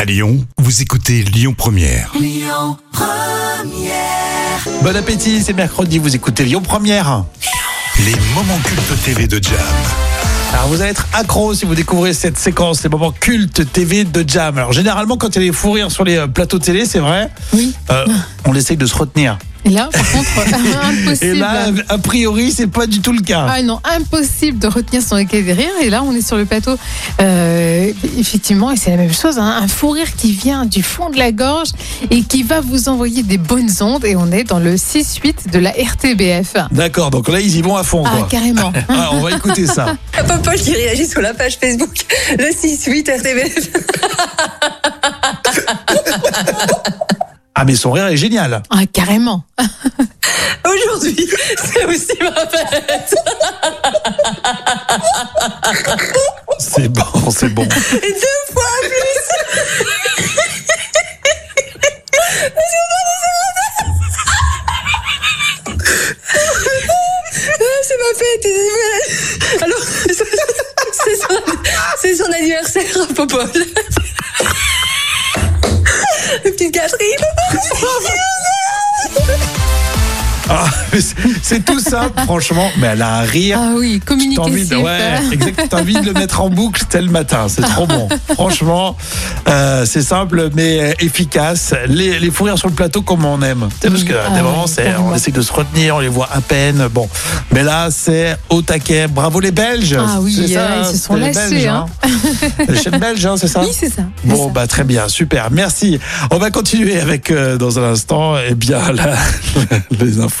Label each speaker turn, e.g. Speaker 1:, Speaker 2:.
Speaker 1: À Lyon, vous écoutez Lyon Première.
Speaker 2: Bon appétit, c'est mercredi, vous écoutez Lyon Première.
Speaker 1: Les moments cultes TV de Jam.
Speaker 2: Alors vous allez être accro si vous découvrez cette séquence, les moments cultes TV de Jam. Alors généralement quand il y a des fous rires sur les euh, plateaux de télé, c'est vrai,
Speaker 3: Oui.
Speaker 2: euh, on essaye de se retenir.
Speaker 3: Et là, par contre,
Speaker 2: Et
Speaker 3: impossible.
Speaker 2: là, a priori, c'est pas du tout le cas.
Speaker 3: Ah non, impossible de retenir son éclat des rires. Et là, on est sur le plateau. Euh, effectivement, et c'est la même chose. hein, un fou rire qui vient du fond de la gorge et qui va vous envoyer des bonnes ondes. Et on est dans le 6-8 de la RTBF.
Speaker 2: D'accord, donc là ils y vont à fond.
Speaker 3: Ah,
Speaker 2: Quoi.
Speaker 3: carrément.
Speaker 2: Ah, on va écouter ça.
Speaker 4: Popol qui réagit sur la page Facebook, le 6-8 RTBF.
Speaker 2: Ah mais son rire est génial.
Speaker 3: Ah, carrément.
Speaker 4: Aujourd'hui, c'est aussi ma fête.
Speaker 2: C'est bon, c'est bon.
Speaker 4: Et deux fois plus. Ah, C'est ma fête. et c'est ma- Alors, c'est son, c'est son anniversaire à Popol. Petite gâterie.
Speaker 2: Ah, mais c'est- c'est tout simple, franchement. Mais elle a un rire.
Speaker 3: Ah oui,
Speaker 2: T'as envie, de,
Speaker 3: communication.
Speaker 2: ouais, exact, t'as envie de le mettre en boucle dès le matin. C'est trop bon. Franchement, euh, c'est simple mais efficace. Les, les fous rires sur le plateau, comme on aime. Tu sais, parce que
Speaker 3: Ah
Speaker 2: des
Speaker 3: ouais,
Speaker 2: moments, c'est, on
Speaker 3: carrément.
Speaker 2: essaie de se retenir, on les voit à peine. Bon, mais là, c'est au taquet. Bravo les Belges.
Speaker 3: Ah oui,
Speaker 2: C'est
Speaker 3: euh, ils se
Speaker 2: c'était
Speaker 3: sont
Speaker 2: les
Speaker 3: lâchés,
Speaker 2: Belges, les chefs belges, hein, c'est ça
Speaker 3: Oui, c'est ça. c'est
Speaker 2: Bon,
Speaker 3: ça.
Speaker 2: bah très bien, super, merci. On va continuer avec, euh, dans un instant, eh bien, la- les infos